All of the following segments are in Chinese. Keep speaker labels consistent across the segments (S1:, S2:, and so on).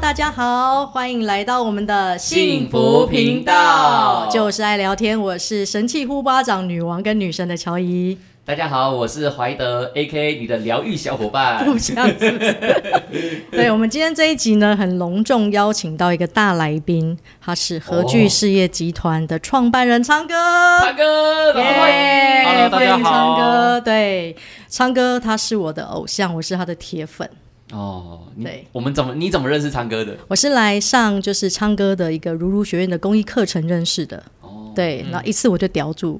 S1: 大家好，欢迎来到我们的
S2: 幸福频道
S1: 就是爱聊天。我是神气呼巴掌女王跟女神的乔伊，
S2: 大家好，我是怀德 A K 你的疗愈小伙伴。
S1: 不像是不是？ 对，我们今天这一集呢，很隆重邀请到一个大来宾，他是和聚事业集团的创办人昌哥。
S2: 大哥，
S1: 耶
S2: 耶，
S1: 欢
S2: 大家
S1: 迎昌
S2: 好。
S1: 哥。对，昌哥他是我的偶像，我是他的铁粉。
S2: 哦，你
S1: 对
S2: 我们怎么你怎么认识昌哥的？
S1: 我是来上就是昌哥的一个如如学院的公益课程认识的。
S2: 哦，
S1: 对，然后一次我就叼住，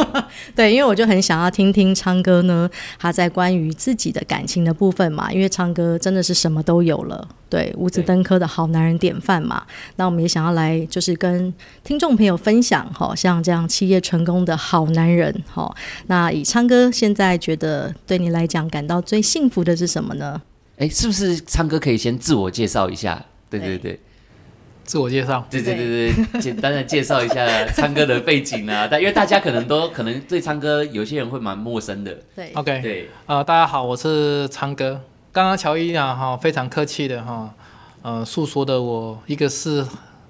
S1: 对，因为我就很想要听听昌哥呢，他在关于自己的感情的部分嘛，因为昌哥真的是什么都有了，对，五子
S2: 对
S1: 登科的好男人典范嘛。那我们也想要来就是跟听众朋友分享，哈、像这样企业成功的好男人，哈、那以昌哥现在觉得对你来讲感到最幸福的是什么呢？
S2: 哎，是不是昌哥可以先自我介绍一下？对对对，
S3: 自我介绍，
S2: 对对对对，简单的介绍一 下昌哥的背景啊，但因为大家可能都可能对昌哥有些人会蛮陌生的，
S1: 对，
S3: OK，
S2: 对，
S3: 呃，大家好，我是昌哥。刚刚乔伊啊哈、非常客气的哈、呃，诉说的我一个是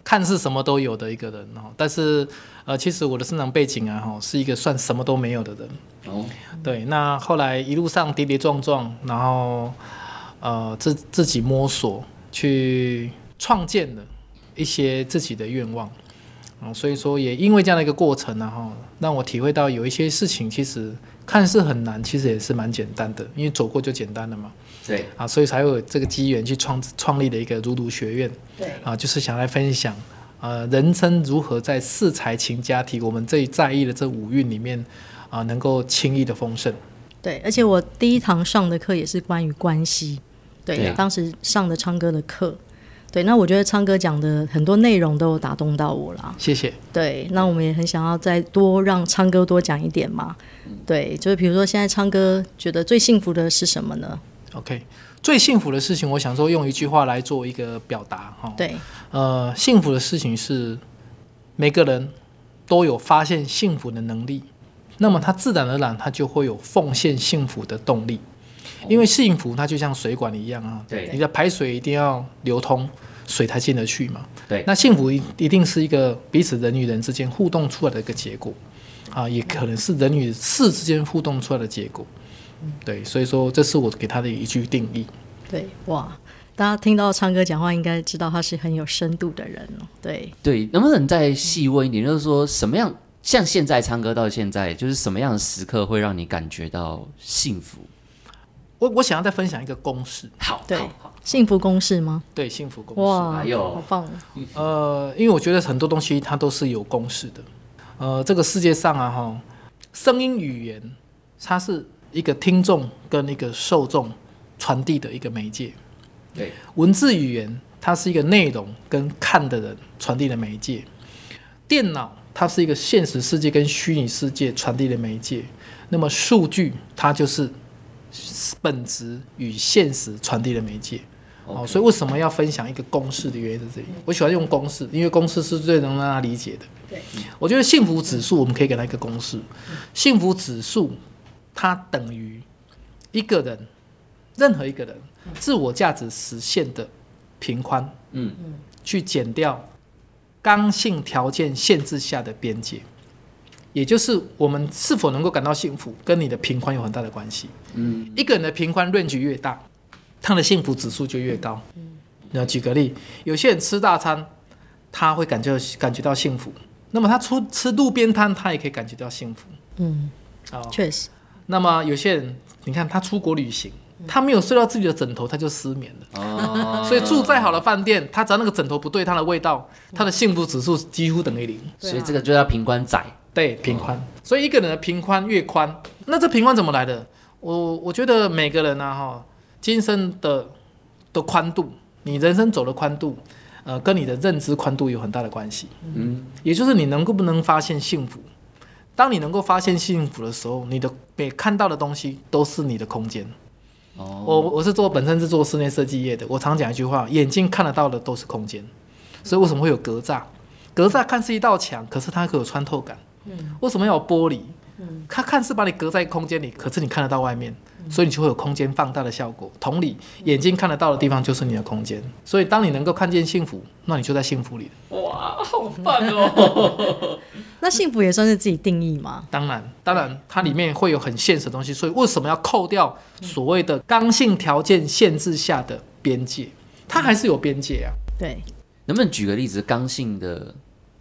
S3: 看似什么都有的一个人哈、但是呃，其实我的生长背景啊哈、是一个算什么都没有的人。
S2: 哦，
S3: 对，那后来一路上跌跌撞撞，然后呃自自己摸索去创建了一些自己的愿望，啊、所以说也因为这样的一个过程、然后让我体会到有一些事情其实看似很难，其实也是蛮简单的，因为走过就简单了嘛，
S2: 对，
S3: 啊，所以才会有这个机缘去创创立的一个如如学院，
S1: 对，
S3: 啊，就是想来分享。呃，人生如何在四财情家庭我们最在意的这五运里面啊、能够轻易的丰盛？
S1: 对，而且我第一堂上的课也是关于关系，对，
S2: 对啊
S1: 当时上的昌哥的课，对，那我觉得昌哥讲的很多内容都有打动到我啦，
S3: 谢谢。
S1: 对，那我们也很想要再多让昌哥多讲一点嘛，对，就是比如说现在昌哥觉得最幸福的是什么呢？
S3: OK，最幸福的事情，我想说用一句话来做一个表达哈。
S1: 对，
S3: 呃，幸福的事情是每个人都有发现幸福的能力，那么他自然而然他就会有奉献幸福的动力，因为幸福它就像水管一样啊，
S2: 对
S3: 你的排水一定要流通，水才进得去嘛。
S2: 对
S3: 那幸福一一定是一个彼此人与人之间互动出来的一个结果，啊，也可能是人与事之间互动出来的结果。对，所以说这是我给他的一句定义。
S1: 对，哇，大家听到昌哥讲话应该知道他是很有深度的人哦，对，
S2: 对，能不能再细问一点？就是说，什么样像现在唱歌到现在，就是什么样的时刻会让你感觉到幸福？
S3: 我我想要再分享一个公式，
S2: 好，
S1: 对
S2: 好好
S1: 幸福公式吗？
S3: 对幸福公式。
S1: 哇，
S2: 哎呦
S1: 好棒哦！
S3: 呃，因为我觉得很多东西它都是有公式的。呃，这个世界上啊，哈，声音语言它是一个听众跟一个受众传递的一个媒介，
S2: 对，
S3: 文字语言它是一个内容跟看的人传递的媒介，电脑它是一个现实世界跟虚拟世界传递的媒介，那么数据它就是本质与现实传递的媒介。哦，所以为什么要分享一个公式的原因在这里？我喜欢用公式，因为公式是最能让他理解的。
S1: 对，
S3: 我觉得幸福指数我们可以给他一个公式，幸福指数它等于一个人，任何一个人自我价值实现的平宽，
S2: 嗯，
S3: 去减掉刚性条件限制下的边界，也就是我们是否能够感到幸福，跟你的平宽有很大的关系。
S2: 嗯，
S3: 一个人的平宽 range 越大，他的幸福指数就越高。那举个例，有些人吃大餐，他会感觉感觉到幸福；那么他出吃路边摊，他也可以感觉到幸福。
S1: 嗯，
S3: 哦，
S1: 确实，
S3: 那么有些人，你看他出国旅行，他没有睡到自己的枕头，他就失眠了。
S2: 哦，嗯
S3: 所以住再好的饭店，他只要那个枕头不对他的味道，他的幸福指数几乎等于零。
S1: 对啊
S2: 所以这个就叫平官仔，
S3: 对，平宽。所以一个人的平宽越宽，那这平宽怎么来的？我我觉得每个人啊，哈，今生的的宽度，你人生走的宽度，呃，跟你的认知宽度有很大的关系。
S2: 嗯，
S3: 也就是你能够不能发现幸福。当你能够发现幸福的时候，你的每看到的东西都是你的空间。
S2: 哦，
S3: 我我是做本身是做室内设计业的，我常讲一句话：眼睛看得到的都是空间。所以为什么会有格栅？格栅看似一道墙，可是它可有穿透感。嗯，为什么要有玻璃？它看似把你隔在空间里，可是你看得到外面，所以你就会有空间放大的效果。同理，眼睛看得到的地方就是你的空间，所以当你能够看见幸福，那你就在幸福里。
S2: 哇，好棒哦！
S1: 那幸福也算是自己定义吗？
S3: 当然，当然，它里面会有很现实的东西，所以为什么要扣掉所谓的刚性条件限制下的边界？它还是有边界啊。
S1: 对，
S2: 能不能举个例子？刚性的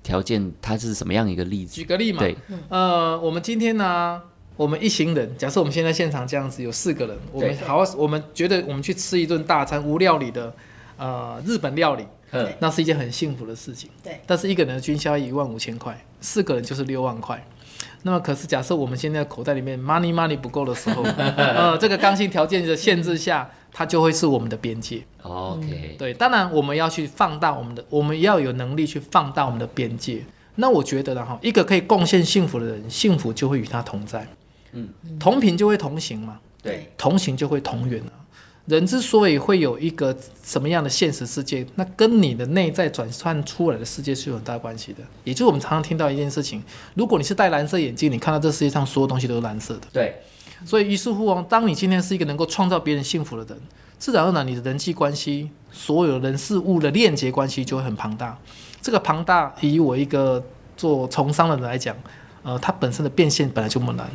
S2: 条件它是什么样一个例子
S3: 举？个例嘛，
S2: 对，
S3: 呃，我们今天呢、我们一行人，假设我们现在现场这样子有四个人，我们好，我们觉得我们去吃一顿大餐，无料理的，呃，日本料理，
S2: 嗯
S3: 那是一件很幸福的事情。
S1: 对，
S3: 但是一个人的均消一万五千块，四个人就是六万块。那么，可是假设我们现在口袋里面 money money 不够的时候，呃，这个刚性条件的限制下，它就会是我们的边界。
S2: 哦，OK，
S3: 对，当然我们要去放大我们的，我们要有能力去放大我们的边界。那我觉得呢，哈，一个可以贡献幸福的人，幸福就会与他同在，
S2: 嗯，
S3: 同频就会同行嘛，
S2: 对，
S3: 同行就会同源啊。人之所以会有一个什么样的现实世界，那跟你的内在转换出来的世界是有很大关系的。也就是我们常常听到一件事情：如果你是戴蓝色眼镜，你看到这世界上所有东西都是蓝色的。
S2: 对，
S3: 所以于是乎哦，当你今天是一个能够创造别人幸福的人，自然而然你的人际关系、所有人事物的链接关系就会很庞大。这个庞大，以我一个做从商的人来讲，呃，它本身的变现本来就不难。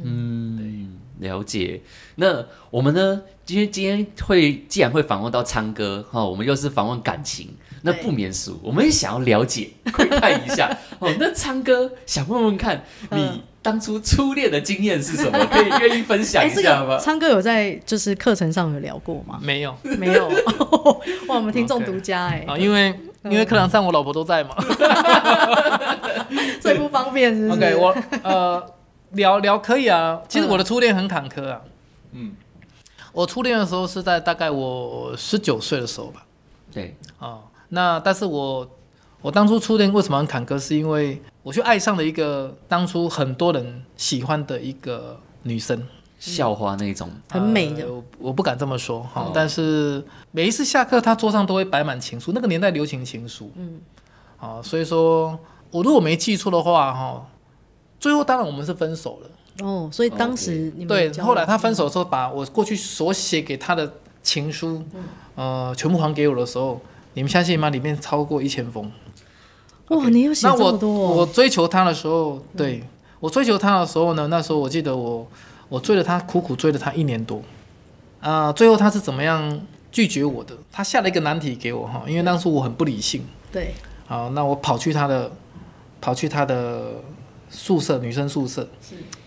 S2: 嗯，了解。那我们呢？因为今天会既然会访问到昌哥哈、哦，我们又是访问感情，那
S1: 对
S2: 不免俗，我们也想要了解 窥探一下哦。那昌哥想问问看，
S1: 嗯
S2: 你当初初恋的经验是什么？可以愿意分享
S1: 哎，
S2: 一
S1: 这
S2: 下
S1: 个
S2: 吗？
S1: 昌哥有在就是课程上有聊过 吗？
S3: 没有啊、
S1: 没有， 哇，我们听众独家哎、
S3: 因为因为课堂上我老婆都在嘛。
S1: 最不方便是不是
S3: OK，我呃聊聊可以啊。其实我的初恋很坎坷啊。
S2: 嗯，
S3: 我初恋的时候是在大概我十九岁的时候吧。
S2: 对，
S1: 嗯
S3: 哦，那但是我我当初初恋为什么很坎坷，是因为我去爱上了一个当初很多人喜欢的一个女生，
S2: 校花那种，
S1: 很美的
S3: 呃我我不敢这么说哈、
S2: 哦
S3: 但是每一次下课，她桌上都会摆满情书，那个年代流行情书，
S1: 嗯，
S3: 啊、所以说我如果没记错的话哈、最后当然我们是分手了。
S1: 哦，所以当时你们
S3: 对，
S1: 交往嗯
S3: 后来他分手的时候，把我过去所写给他的情书，
S1: 嗯
S3: 呃，全部还给我的时候，你们相信吗？里面超过一千封。
S1: 哇，你有写
S3: 那
S1: 这
S3: 我
S1: 么多、
S3: 我
S1: 哦，嗯
S3: 追求他的时候，对我追求他的时候呢，那时候我记得我我追了他，苦苦追了他一年多，啊、最后他是怎么样拒绝我的？他下了一个难题给我哈，因为当时我很不理性，
S1: 对，
S3: 好，那我跑去他的跑去他的宿舍，女生宿舍，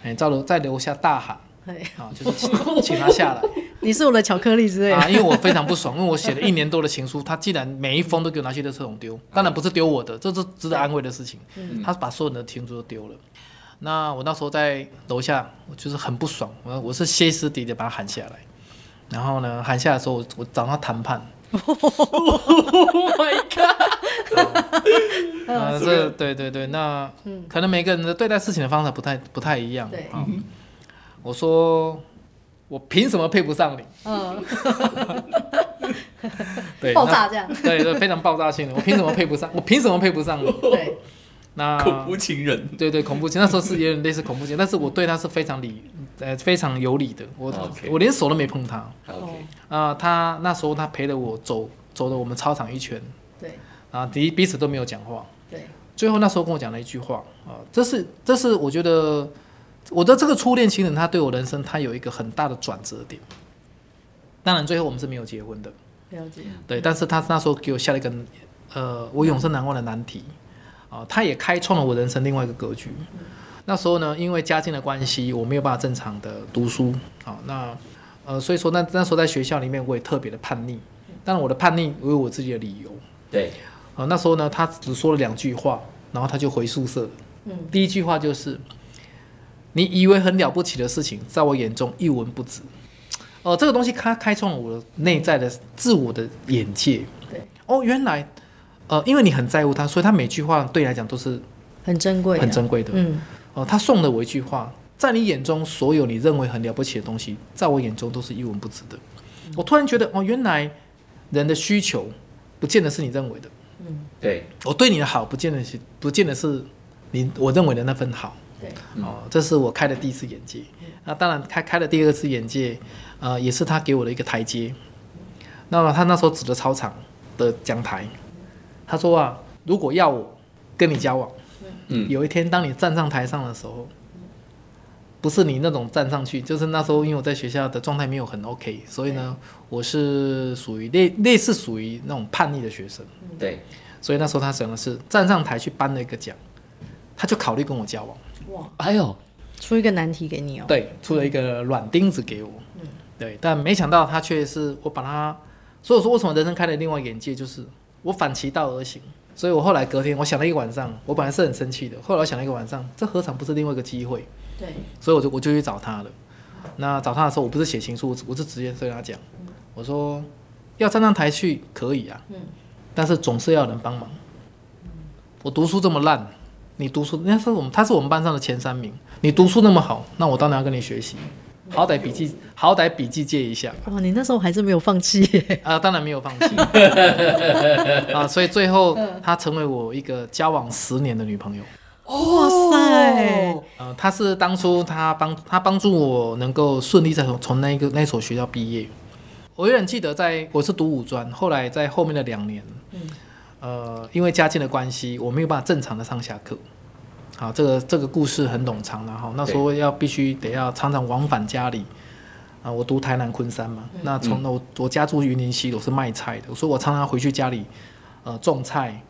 S3: 哎，在楼在楼下大喊
S1: 嘿
S3: 啊，就是 请请他下来。
S1: 你是我的巧克力之类的，
S3: 啊，因为我非常不爽，因为我写了一年多的情书，他竟然每一封都给我拿去垃圾桶丢，当然不是丢我的，这是值得安慰的事情，他把所有人的情书都丢了。那我那时候在楼下，我就是很不爽，我我是歇斯底里地把他喊下来，然后呢，喊下来的时候，我我找他 谈判。
S2: Oh my god！
S3: 呃，这对对对，那可能每个人的对待事情的方法不太不太一样。
S1: 嗯对
S3: 啊，我说我凭什么配不上你？
S1: 嗯，
S3: 对，
S1: 爆炸这样
S3: 那， 对对，非常爆炸性的，我凭什么配不上？我凭什么配不上你？
S1: 对，
S3: 那
S2: 恐怖情人，
S3: 对对，恐怖情，那时候是有点类似恐怖情，但是我对他是非常理，呃，非常有理的，我
S2: 哦 OK
S3: 我连手都没碰他。啊、
S2: OK，
S3: 他那时候他陪了我走走了我们操场一圈，
S1: 对，
S3: 啊、彼彼此都没有讲话。
S1: 对，
S3: 最后那时候跟我讲了一句话，啊、这是这是我觉得我的这个初恋情人，他对我人生他有一个很大的转折点。当然，最后我们是没有结婚的，
S1: 了解，
S3: 对，但是他那时候给我下了一个，呃，我永生难忘的难题，啊、他也开创了我人生另外一个格局。那时候呢，因为家境的关系，我没有办法正常的读书，啊、那呃，所以说那那时候在学校里面，我也特别的叛逆，但我的叛逆我有我自己的理由，
S2: 对，
S3: 啊、那时候呢，他只说了两句话，然后他就回宿舍了。
S1: 嗯，
S3: 第一句话就是：“你以为很了不起的事情，在我眼中一文不值。”呃，这个东西它开创了我的内在的自我的眼界。
S1: 对，
S3: 哦，原来，呃，因为你很在乎他，所以他每句话对你来讲都是
S1: 很珍贵、啊，
S3: 很珍贵的。
S1: 嗯，
S3: 哦、他送了我一句话，在你眼中所有你认为很了不起的东西，在我眼中都是一文不值的。
S1: 嗯
S3: 我突然觉得，哦，原来人的需求不见得是你认为的。哦
S2: 对，
S3: 我对你的好，不见得是不见得是你我认为的那份好。
S1: 对，
S3: 哦，这是我开的第一次眼界。那当然，他开了第二次眼界，呃，也是他给我的一个台阶。那么他那时候指着操场的讲台，他说啊，如果要我跟你交往，
S2: 嗯
S3: 有一天当你站上台上的时候，不是你那种站上去，就是那时候因为我在学校的状态没有很 OK，所以呢，我是属于类类似属于那种叛逆的学生。
S2: 对，
S3: 所以那时候他想的是站上台去颁了一个奖，他就考虑跟我交往。
S1: 哇，
S2: 哎呦，
S1: 出一个难题给你哦。
S3: 对，出了一个软钉子给我。对，但没想到他却是我把他，所以我说为什么人生开了另外一个眼界，就是我反其道而行。所以我后来隔天，我想了一个晚上，我本来是很生气的，后来我想了一个晚上，这何尝不是另外一个机会？
S1: 对，
S3: 所以我就我就去找他了。那找他的时候，我不是写情书，我我是直接对他讲，我说要站上台去可以啊，但是总是要有人帮忙。我读书这么烂，你读书，那是我们他是我们班上的前三名，你读书那么好，那我当然要跟你学习，好歹笔记好歹笔记借一下。
S1: 哇，你那时候还是没有放弃耶。
S3: 啊、当然没有放弃啊，所以最后她成为我一个交往十年的女朋友。
S1: 哇
S3: 哦
S1: 塞，
S3: 呃，他是当初他帮他帮助我能够顺利在从从那一个那所学校毕业。我永远记得在，我是读五专，后来在后面的两年，呃，因为家境的关系，我没有办法正常的上下课。好，这个这个故事很冗长，然后那时候要必须得要常常往返家里。啊，我读台南昆山嘛，那从我我家住云林西，我是卖菜的，所以我常常回去家里，呃，种菜、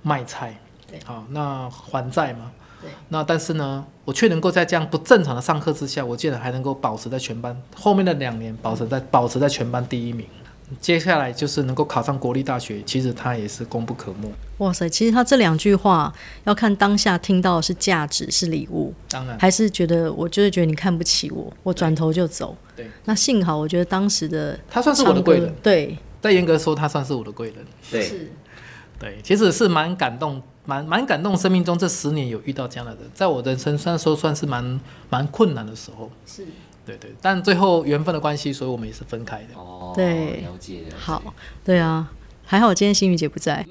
S3: 卖菜
S1: 对，
S3: 好，那还债嘛，
S1: 对，
S3: 那但是呢，我却能够在这样不正常的上课之下，我竟然还能够保持在全班后面的两年保持在保持在全班第一名。接下来就是能够考上国立大学，其实他也是功不可没。
S1: 哇塞，其实他这两句话要看当下听到的是价值是礼物，
S3: 当然，
S1: 还是觉得我就是觉得你看不起我，我转头就走。
S3: 嗯对，
S1: 那幸好我觉得当时的
S3: 他算是我的贵人
S1: 唱歌，，对，
S3: 在严格说，他算是我的贵人。
S2: 对，
S1: 是，
S3: 对，其实是蛮感动，蛮蛮感动。生命中这十年有遇到这样的人，在我人生那时候算是蛮蛮困难的时候。
S1: 是
S3: 对对，但最后缘分的关系，所以我们也是分开的。
S2: 哦，
S1: 对
S2: 了解了解。
S1: 好，对啊，还好今天心雨姐不 在。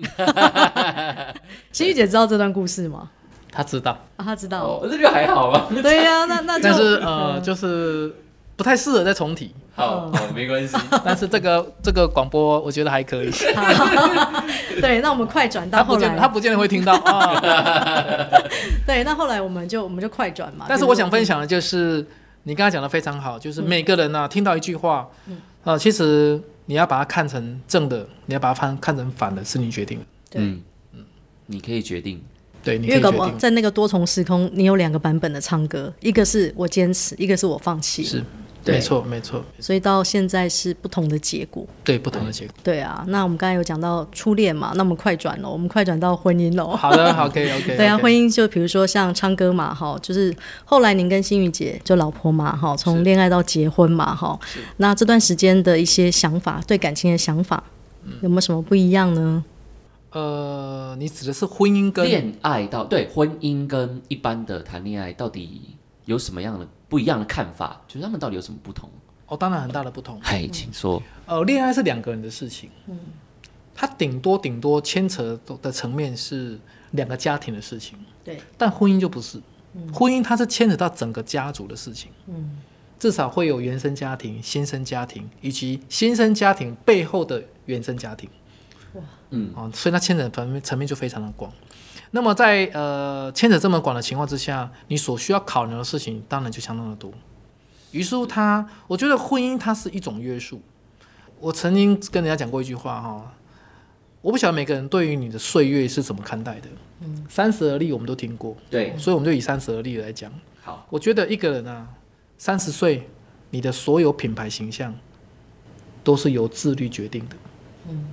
S1: 心雨姐知道这段故事吗？
S3: 他知道，
S1: 啊，她知道。
S2: 哦，这就还好吧。
S1: 对呀、那那就
S3: 但是呃，
S1: 嗯
S3: 就是不太适合再重提。
S2: 好，好，没关系。
S3: 但是这个这个广播我觉得还可以，
S1: 对，那我们快转
S3: 他
S1: 到
S3: 不
S1: 后
S3: 见他
S1: 来，
S3: 不见得 会听到啊。
S1: 对，那后来我们就我们就快转嘛。
S3: 但是
S1: 比如
S3: 我想分享的就是，你刚才讲的非常好，就是每个人呢、啊、听到一句话，
S1: 嗯
S3: 呃，其实你要把它看成正的，你要把它看看成反的，是你决定的，
S1: 对
S2: 嗯，你可以决定。
S3: 对，你
S1: 因
S3: 可以
S1: 为搞
S3: 决
S1: 不好
S3: 定。
S1: 在那个多重时空，你有两个版本的唱歌，一个是我坚持，一个是我放弃，
S3: 是，
S2: 对
S3: 没错，没错，
S1: 所以到现在是不同的结果。
S3: 对不同的结果。
S1: 对啊，那我们刚才有讲到初恋嘛，那我们快转了，我们快转到婚姻喽。
S3: 好的，好，可以，OK。
S1: 对啊，婚
S3: 迎。
S1: 姻就比如说像唱歌嘛，哈，就是后来您跟心宇姐就老婆嘛，哈，从恋爱到结婚嘛，哈，那这段时间的一些想法，对感情的想法，
S3: 嗯
S1: 有没有什么不一样呢？
S3: 呃，你指的是婚姻跟
S2: 恋爱到对婚姻跟一般的谈恋爱到底有什么样的不一样的看法？就是他们到底有什么不同？
S3: 哦，当然很大的不同。
S2: 嗨，请说。
S3: 呃，恋爱是两个人的事情，嗯，它顶多顶多牵扯的层面是两个家庭的事情。
S1: 对，
S3: 但婚姻就不是，婚姻它是牵扯到整个家族的事情，
S1: 嗯，
S3: 至少会有原生家庭、新生家庭，以及新生家庭背后的原生家庭。
S2: 嗯，
S3: 哦，所以它牵扯层面层面就非常的广。那么在呃牵扯这么广的情况之下，你所需要考量的事情当然就相当的多。于是乎它，我觉得婚姻它是一种约束。我曾经跟人家讲过一句话哈、我不晓得每个人对于你的岁月是怎么看待的。嗯，三十而立我们都听过，
S2: 对，
S3: 所以我们就以三十而立来讲。
S2: 好，
S3: 我觉得一个人啊，三十岁，你的所有品牌形象都是由自律决定的。嗯，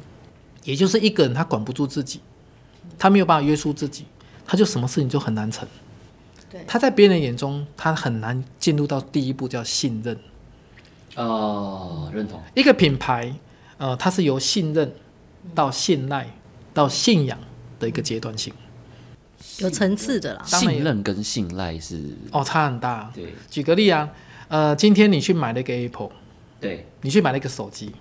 S3: 也就是一个人他管不住自己，他没有办法约束自己，他就什么事情就很难成。
S1: 对
S3: 他在别人眼中，他很难进入到第一步叫信任。
S2: 哦，认同。
S3: 一个品牌，呃，它是由信任到信赖到信仰的一个阶段性。
S1: 有层次的啦。
S3: 当然有
S2: 信任跟信赖是，
S3: 哦，差很大。
S2: 对
S3: 举个例啊，呃，今天你去买了一个 Apple，
S2: 对
S3: 你去买了一个手机，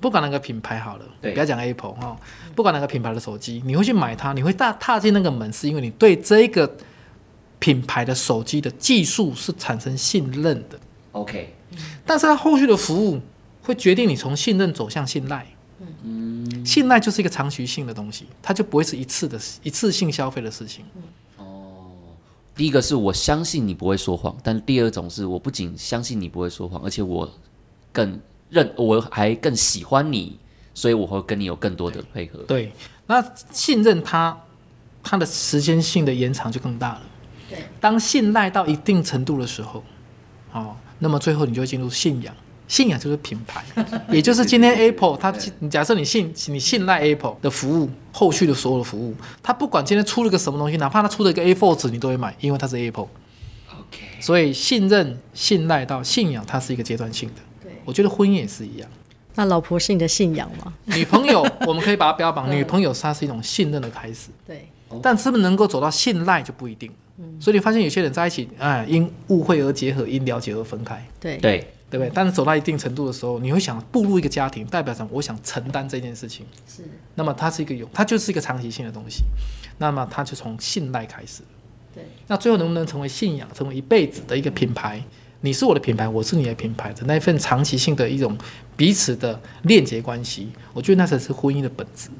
S3: 不管哪个品牌好了，
S2: 对
S3: 不要讲 Apple 哈、不管哪个品牌的手机，你会去买它，你会大踏进那个门，是因为你对这个品牌的手机的技术是产生信任的，
S2: OK，
S3: 但是它后续的服务会决定你从信任走向信赖。嗯，信赖就是一个长期性的东西，它就不会是一次的一次性消费的事情。
S2: 第一个是我相信你不会说谎，但第二种是我不仅相信你不会说谎，而且我更认，我还更喜欢你，所以我会跟你有更多的配合。
S3: 对，那信任它，它的时间性的延长就更大了。
S1: 对，
S3: 当信赖到一定程度的时候，哦，那么最后你就会进入信仰。信仰就是品牌，也就是今天 Apple，它你假设你信你信赖 Apple 的服务，后续的所有的服务，它不管今天出了个什么东西，哪怕它出了一个 A Four 纸，你都会买，因为它是 Apple。
S2: OK，
S3: 所以信任、信赖到信仰，它是一个阶段性的。
S1: 对
S3: 我觉得婚姻也 是一样。
S1: 那老婆是你的信仰吗？
S3: 女朋友，我们可以把它标榜，女朋友它是一种信任的开始。
S1: 对，
S3: 但是不是能够走到信赖就不一定。所以你发现有些人在一起，哎，因误会而结合，因了解而分开，
S1: 对，
S2: 对，
S3: 对
S1: 嗯
S3: 不对？但是走到一定程度的时候，你会想步入一个家庭，代表着我想承担这件事情。
S1: 是，
S3: 那么它是一个有，它就是一个长期性的东西。那么它就从信赖开始。
S1: 对，
S3: 那最后能不能成为信仰，成为一辈子的一个品牌？你是我的品牌，我是你的品牌的那一份长期性的一种彼此的链接关系，我觉得那才是婚姻的本质。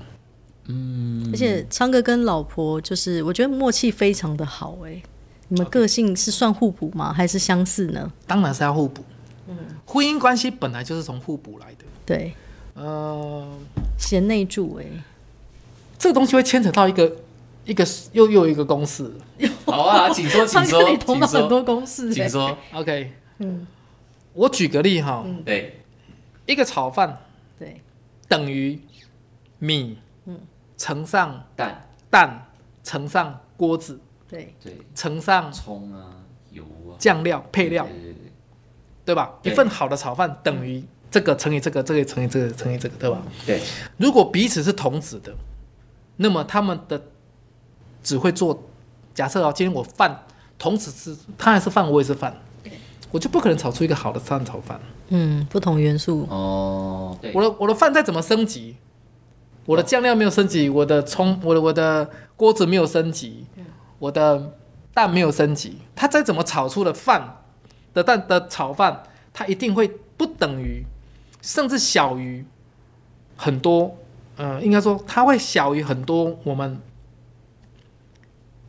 S1: 而且昌哥跟老婆就是，我觉得默契非常的好哎、你们个性是算互补吗？还是相似呢？
S3: 当然是要互补。嗯，婚姻关系本来就是从互补来的。
S1: 对，
S3: 呃，
S1: 贤内助哎、
S3: 这个东西会牵扯到一个一个又又一个公式。
S2: 好啊，请说，请
S1: 昌哥
S2: 说，
S1: 你头
S2: 请
S1: 脑很
S2: 说，
S1: 多公式哎、
S2: 请说，
S3: OK，
S1: 嗯，
S3: 我举个例哈，
S2: 对，
S3: 一个炒饭
S1: 对，
S3: 等于米，乘上
S2: 蛋，
S3: 蛋，乘上锅子，
S1: 对，
S2: 对，
S3: 乘上
S2: 葱啊，油啊，
S3: 酱料配料
S2: 对，对对
S3: 对吧？一
S2: 对
S3: 份好的炒饭等于这个乘以这个，这个乘以这个乘以这个，对吧？
S2: 对，
S3: 如果彼此是同子的，那么他们的只会做假设啊，今天我饭同子是他也是饭，我也是饭，我就不可能炒出一个好的蛋炒饭。
S1: 嗯，不同元素，
S2: 哦，对哦
S3: 我，的我的饭再怎么升级，我的酱料没有升级，我的葱我的我的锅子没有升级，
S2: 嗯
S3: 我的蛋没有升级，它再怎么炒出的饭的蛋的炒饭，它一定会不等于，甚至小于很多，呃，应该说它会小于很多我们。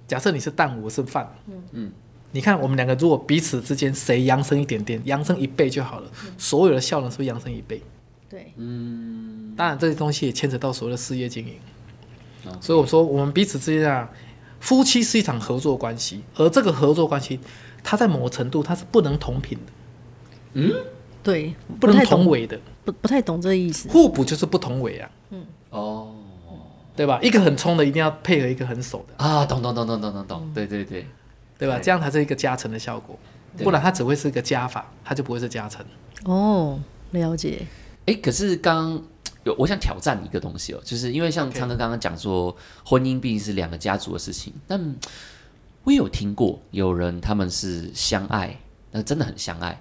S3: 假设你是蛋，我是饭，
S2: 嗯，
S3: 你看我们两个如果彼此之间谁扬升一点点，扬升一倍就好了，所有的效能是不是扬升一倍？
S1: 对，
S2: 嗯，
S3: 当然，这些东西也牵扯到所谓的事业经营。
S2: OK
S3: 所以我说，我们彼此之间啊，夫妻是一场合作关系，而这个合作关系，它在某个程度它是不能同频的，
S1: 对，
S3: 不
S1: 太
S3: 能
S1: 懂
S3: 同，轨的，
S1: 不不太懂这意思，
S3: 互补就是不同轨啊，
S2: 哦，
S3: 对吧？一个很冲的一定要配合一个很守的，
S2: 啊，懂懂懂懂懂懂
S3: 嗯
S2: 懂，对对对，
S3: 对吧？
S2: 对
S3: 这样才是一个加成的效果，
S2: 对
S3: 不然它只会是一个加法，它就不会是加成。
S1: 哦，了解，
S2: 哎，可是刚有我想挑战一个东西哦，就是因为像
S3: OK
S2: 昌哥刚刚讲说，婚姻毕竟是两个家族的事情，但我也有听过有人他们是相爱，那真的很相爱，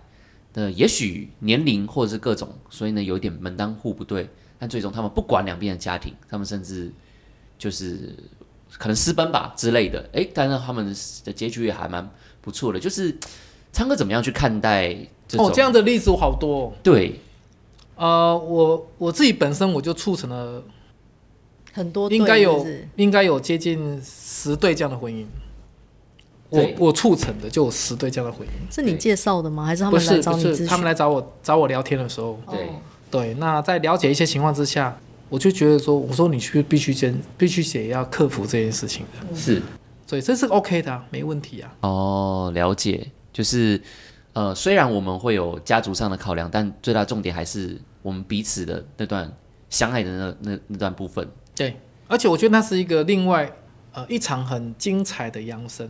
S2: 那也许年龄或者是各种，所以呢有一点门当户不对，但最终他们不管两边的家庭，他们甚至就是可能私奔吧之类的，哎，但是他们的结局也还蛮不错的，就是昌哥怎么样去看待这种？
S3: 哦，这样的例子我好多、哦。
S2: 对，
S3: 呃，我我自己本身我就促成了，
S1: 很多
S3: 应该
S1: 哦对是
S3: 有
S1: 不是
S3: 应该有接近十对这样的婚姻。我
S2: 对
S3: 我促成的就有十对这样的婚姻。
S1: 是你介绍的吗？还是他
S3: 不
S1: 们来
S3: 是
S1: 找
S3: 不
S1: 你咨
S3: 是，
S1: 询？
S3: 他们来找我找我聊天的时候，
S1: 哦
S2: 对
S3: 对，那在了解一些情况之下，我就觉得说，我说你去必须先必须也要克服这件事情的，
S2: 是。
S3: 所以这是 OK 的、啊，没问题啊。
S2: 哦，了解，就是呃，虽然我们会有家族上的考量，但最大重点还是我们彼此的那段相爱的那那那段部分。
S3: 对，而且我觉得那是一个另外呃一场很精彩的扬升，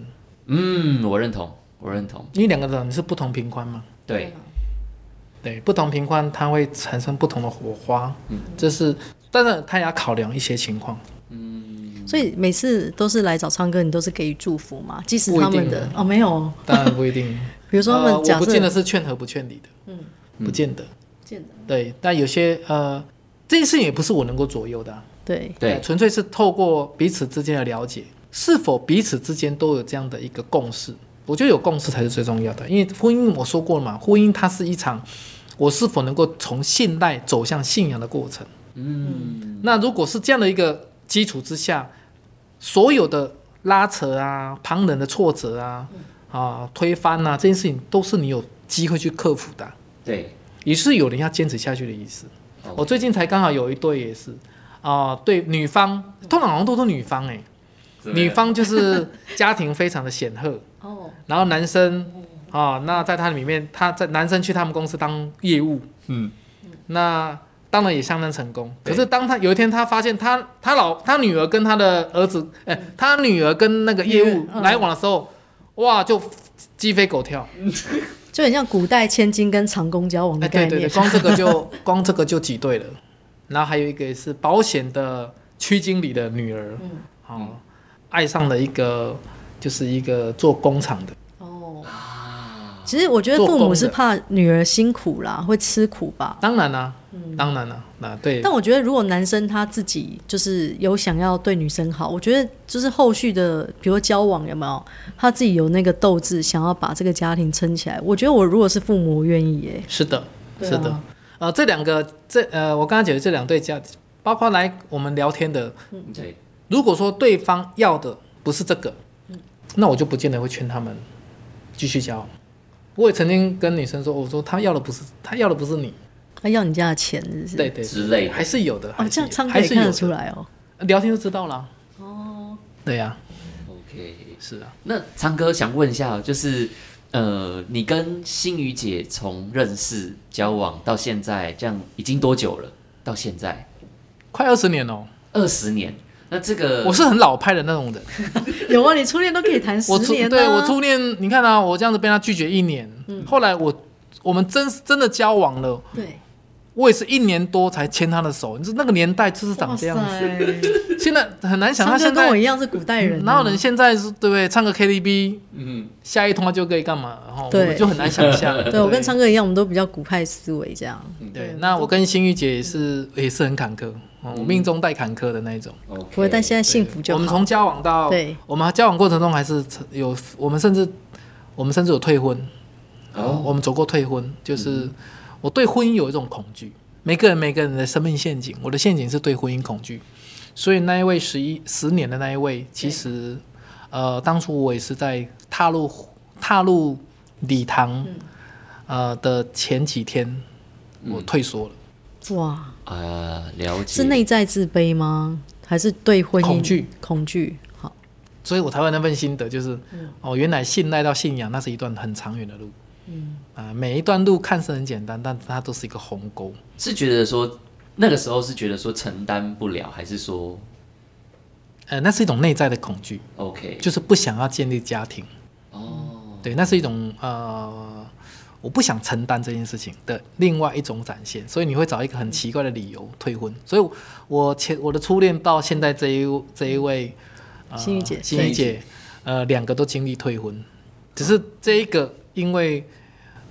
S2: 嗯，我认同，我认同。
S3: 因为两个人是不同频宽嘛，
S2: 对，
S3: 对，不同频宽它会产生不同的火花，嗯，这是，但是他也要考量一些情况，
S1: 所以每次都是来找昌哥，你都是给予祝福嘛？即使
S3: 不一
S1: 他们
S3: 定
S1: 的哦没有，
S3: 当然不 一定，
S1: 比如说他
S3: 呃
S1: 们
S3: 我
S1: 假
S3: 不
S1: 设
S3: 见得是劝和不劝离的，嗯，不见得。
S1: 见的
S3: 对，但有些呃，这件事情也不是我能够左右的啊、
S1: 对
S2: 对，
S3: 纯粹是透过彼此之间的了解，是否彼此之间都有这样的一个共识？我觉得有共识才是最重要的，因为婚姻我说过了嘛，婚姻它是一场我是否能够从信赖走向信仰的过程。嗯，那如果是这样的一个基础之下，所有的拉扯啊、旁人的挫折啊、啊推翻啊这件事情，都是你有机会去克服的啊、
S2: 对，
S3: 也是有人要坚持下去的意思。
S2: 哦
S3: 我最近才刚好有一对也是，啊、对，女方通常好像都是女方哎、女方就是家庭非常的显赫，
S1: 哦，
S3: 然后男生啊、那在他里面，他在男生去他们公司当业务，
S2: 嗯，
S3: 那当然也相当成功。可
S2: 对
S3: 是当他有一天他发现他他老他女儿跟他的儿子，哎、他女儿跟那个业务
S1: 嗯
S3: 来往的时候，哇，就鸡飞狗跳。
S1: 就很像古代千金跟长公交往的
S3: 哎，
S1: 哦概
S3: 对
S1: 念。
S3: 对对，光这个就光这个就挤兑了。然后还有一个是保险的区经理的女儿，
S1: 嗯
S3: 哦，爱上了一个就是一个做工厂的，
S1: 哦，
S3: 啊
S1: 其实我觉得父母是怕女儿辛苦啦，会吃苦吧。
S3: 当然啦、当然啦、那
S1: 嗯
S3: 对
S1: 但我觉得，如果男生他自己就是有想要对女生好，我觉得就是后续的，比如说交往有没有，他自己有那个斗志，想要把这个家庭撑起来。我觉得我如果是父母，我愿意耶、
S3: 是的，
S1: 对啊
S3: 是的。呃，这两个这呃，我刚刚讲的这两对家，包括来我们聊天的，
S2: 对，
S3: 如果说对方要的不是这个，
S1: 嗯
S3: 那我就不见得会劝他们继续交往。我也曾经跟女生说，我说他要的不是他要的不是你，
S1: 他要你家的钱，是不是？
S3: 对对
S2: 之类的
S3: 还是有的，还
S1: 哦，
S3: 是
S1: 这
S3: 有
S1: 样
S3: 的
S1: 唱歌
S3: 还
S1: 也
S3: 是
S1: 看
S3: 有
S1: 得出
S3: 的，
S1: 来哦。
S3: 聊天就知道了。
S1: 哦，
S3: 对呀、
S2: ，OK。
S3: 是啊，
S2: 那昌哥想问一下，哦就是呃，你跟心瑜姐从认识、交往到现在，这样已经多久了？到现在
S3: 快二十年了哦，
S2: 二十年。那这个
S3: 我是很老派的那种人。
S1: 有啊，你初恋都可以谈十
S3: 我初
S1: 年、嗯啊、
S3: 对我初恋，你看啊，我这样子被他拒绝一年，后来我我们真真的交往了，
S1: 对，
S3: 我也是一年多才牵他的手。你说那个年代就是长这样
S1: 哇
S3: 子，
S1: 塞，
S3: 现在很难想
S1: 唱
S3: 他
S1: 歌
S3: 现
S1: 跟我
S3: 在嗯
S1: 一样是古代人、啊，
S3: 哪有人现在是对不对？唱个 KTV，
S2: 嗯，
S3: 下一通话就可以干嘛？然后我
S1: 对
S3: 们就很难想象。
S1: 对我跟昌哥一样，我们都比较古派思维这样。
S3: 对，那我跟心玉姐也是
S1: 嗯
S3: 也是很坎坷，哦我命中带坎坷的那一种。
S2: OK
S1: 不会，但现在幸福就好。
S3: 我们从交往到
S1: 对，
S3: 我们交往过程中还是有，我们甚至我们甚至有退婚，
S2: 哦
S3: 我们走过退婚，就是我对婚姻有一种恐惧。每个人每个人的生命陷阱，我的陷阱是对婚姻恐惧，所以那一位十一十年的那一位，其实呃，当初我也是在踏入踏入礼堂、
S1: 嗯
S3: 呃的前几天，我退缩了，
S1: 哇，
S2: 啊，了解
S1: 是内在自卑吗？还是对婚姻
S3: 恐惧？
S1: 恐惧。好，
S3: 所以我才会那份心得，就是、哦，原来信赖到信仰，那是一段很长远的路。嗯啊、每一段路看似很简单，但它都是一个鸿沟。
S2: 是觉得说那个时候是觉得说承担不了，还是说
S3: 呃，那是一种内在的恐惧，
S2: OK
S3: 就是不想要建立家庭。
S2: 哦，
S3: 对，那是一种呃，我不想承担这件事情的另外一种展现。所以你会找一个很奇怪的理由退婚。所以我，我前我的初恋到现在这一这一位，呃
S1: 心怡姐
S3: 心怡姐，呃，两个都经历退婚，只是这一个因为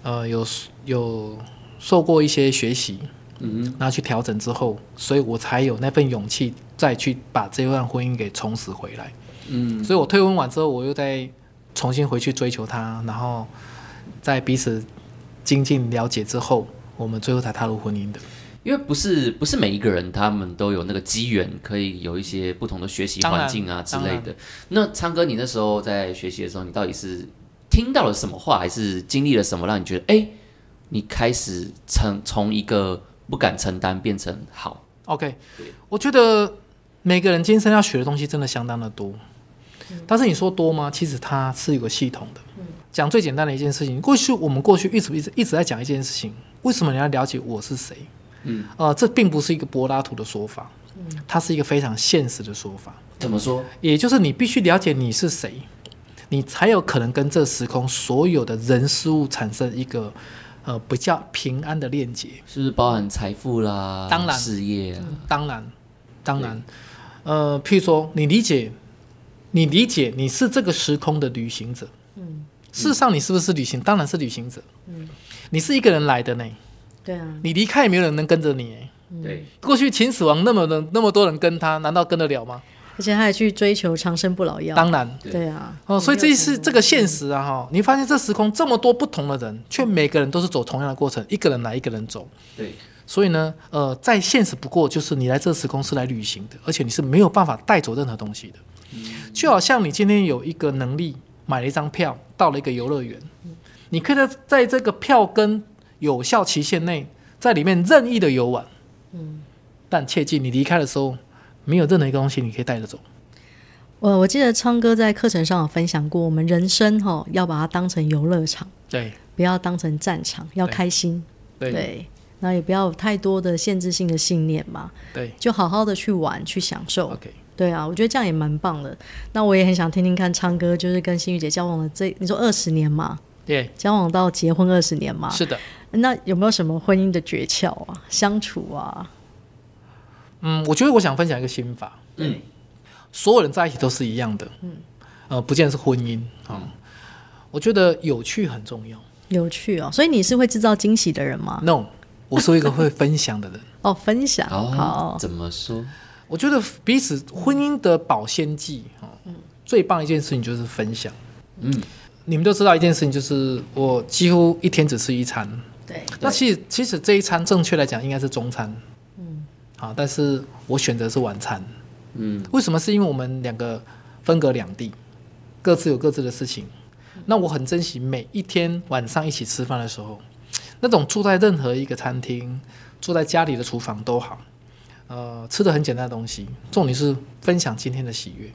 S3: 呃有有受过一些学习，
S2: 嗯
S3: 然后去调整之后，所以我才有那份勇气再去把这段婚姻给重拾回来。
S2: 嗯，
S3: 所以我退婚完之后，我又再重新回去追求她，然后在彼此精进了解之后，我们最后才踏入婚姻的。
S2: 因为不是不是每一个人他们都有那个机缘，可以有一些不同的学习环境啊之
S3: 当然
S2: 类的。那昌哥，你那时候在学习的时候，你到底是听到了什么话，还是经历了什么，让你觉得哎、你开始承从一个不敢承担变成好？
S3: OK，我觉得每个人今生要学的东西真的相当的多，但是你说多吗？其实它是有个系统的。讲最简单的一件事情，过去我们过去一直一直一直在讲一件事情，为什么你要了解我是谁？
S2: 嗯，
S3: 呃，这并不是一个柏拉图的说法，它是一个非常现实的说法。
S2: 怎么说？
S3: 也就是你必须了解你是谁，你才有可能跟这时空所有的人事物产生一个呃比较平安的链接。
S2: 是不是包含财富啦，
S3: 当然
S2: 事业啊，
S3: 当然，当然，呃，譬如说你理解，你理解你是这个时空的旅行者，
S1: 嗯，
S3: 事实上你是不是旅行？当然是旅行者，你是一个人来的呢，
S1: 对啊，
S3: 你离开也没有人能跟着你耶。
S2: 对，
S3: 过去秦始皇那么人那么多人跟他，难道跟得了吗？
S1: 而且他还去追求长生不老药。
S3: 当然
S2: 对
S1: 对啊，
S3: 哦，所以
S1: 没
S3: 这
S1: 有
S3: 是
S1: 成功
S3: 这个现实啊哈，你发现这时空这么多不同的人，却每个人都是走同样的过程，一个人来一个人走。
S2: 对，
S3: 所以呢，呃，再现实不过就是你来这个时空是来旅行的，而且你是没有办法带走任何东西的。就好像你今天有一个能力买了一张票到了一个游乐园，你可以在在这个票根有效期限内在里面任意的游玩，但切记你离开的时候没有任何一个东西你可以带着走。
S1: 我我记得昌哥在课程上有分享过，我们人生哈、要把它当成游乐场，
S3: 对
S1: 不要当成战场，要
S3: 对
S1: 开心。
S3: 对
S1: 对，然后也不要有太多的限制性的信念嘛，
S3: 对
S1: 就好好的去玩，去享受。
S3: ，OK。
S1: 对啊，我觉得这样也蛮棒的。那我也很想听听看昌哥，就是跟心雨姐交往了这，你说二十年嘛，
S3: 对，
S1: 交往到结婚二十年嘛，
S3: 是的，
S1: 那有没有什么婚姻的诀窍啊？相处啊？
S3: 嗯，我觉得我想分享一个心法，
S2: 嗯，
S3: 所有人在一起都是一样的，嗯，呃，不见得是婚姻啊、
S2: 嗯
S3: 我觉得有趣很重要。
S1: 有趣哦，所以你是会制造惊喜的人
S2: 啊
S1: 吗？
S3: No，我是一个会分享 的人。
S1: 哦，分享
S2: 哦
S1: 好，，
S2: 怎么说？
S3: 我觉得彼此婚姻的保鲜剂啊、哦最棒一件事情就是分享。
S2: 嗯，
S3: 你们都知道一件事情，就是我几乎一天只吃一餐。
S1: 对，
S3: 那其实其实这一餐正确来讲应该是中餐，嗯，啊，但是我选择是晚餐。
S2: 嗯，
S3: 为什么？是因为我们两个分隔两地，各自有各自的事情。那我很珍惜每一天晚上一起吃饭的时候，那种住在任何一个餐厅，住在家里的厨房都好，呃，吃的很简单的东西，重点是分享今天的喜悦。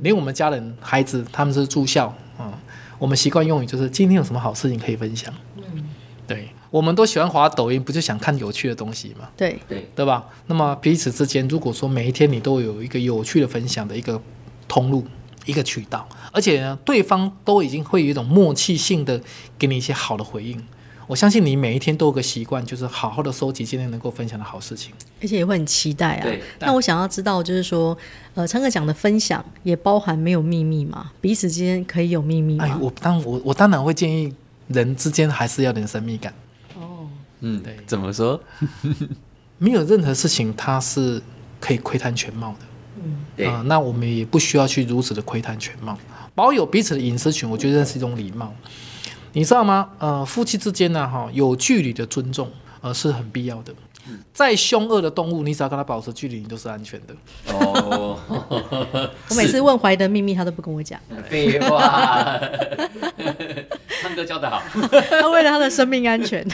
S3: 连我们家人、孩子，他们是住校啊、嗯我们习惯用语就是今天有什么好事情可以分享。嗯，对，我们都喜欢滑抖音，不就想看有趣的东西吗？
S1: 对，
S2: 对，
S3: 对吧？那么彼此之间，如果说每一天你都有一个有趣的分享的一个通路、一个渠道，而且呢，对方都已经会有一种默契性的给你一些好的回应。我相信你每一天都有个习惯，就是好好的收集今天能够分享的好事情。
S1: 而且也会很期待啊
S2: 对。
S1: 那我想要知道，就是说，呃，昌哥讲的分享也包含没有秘密嘛？彼此之间可以有秘密
S3: 哎，
S1: 吗？
S3: 我当我我当然会建议人之间还是要点神秘感，
S1: 哦，
S2: 嗯
S3: 对，
S2: 怎么说？
S3: 没有任何事情它是可以窥探全貌的。啊、那我们也不需要去如此的窥探全貌，保有彼此的隐私权，我觉得这是一种礼貌，你知道吗？呃，夫妻之间呢，哈，有距离的尊重，呃，是很必要的。再凶恶的动物，你只要跟它保持距离，你都是安全的。
S2: 哦，
S1: 我每次问怀德秘密，他都不跟我讲，
S2: 是 废话， 唱歌教的好，
S1: 他为了他的生命安全，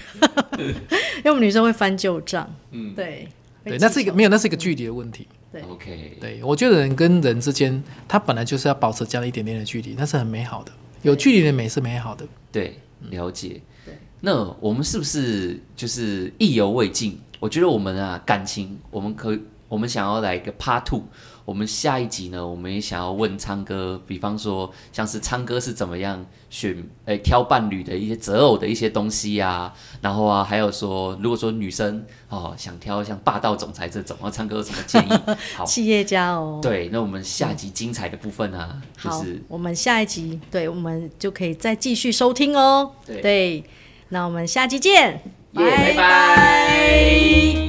S1: 因为我们女生会翻旧账，
S2: 嗯
S1: 对，
S3: 对，
S1: 会
S3: 那是一
S1: 记
S3: 个没有，那是一个距离的问题。
S1: 对
S2: ，OK，
S3: 对，我觉得人跟人之间，他本来就是要保持这样一点点的距离，那是很美好的。有距离的美是美好的。
S2: 对，了解
S1: 对。
S2: 那我们是不是就是意犹未尽？我觉得我们啊，感情，我们可我们想要来一个 Part Two。我们下一集呢，我们也想要问昌哥，比方说像是昌哥是怎么样选诶挑伴侣的一些择偶的一些东西呀、然后啊还有说如果说女生哦想挑像霸道总裁这种，那昌哥有什么建议？好，
S1: 企业家哦。
S2: 对，那我们下集精彩的部分啊，就
S1: 好
S2: 是，
S1: 我们下一集，对，我们就可以再继续收听哦。
S2: 对
S1: 那我们下集见，
S2: 耶拜拜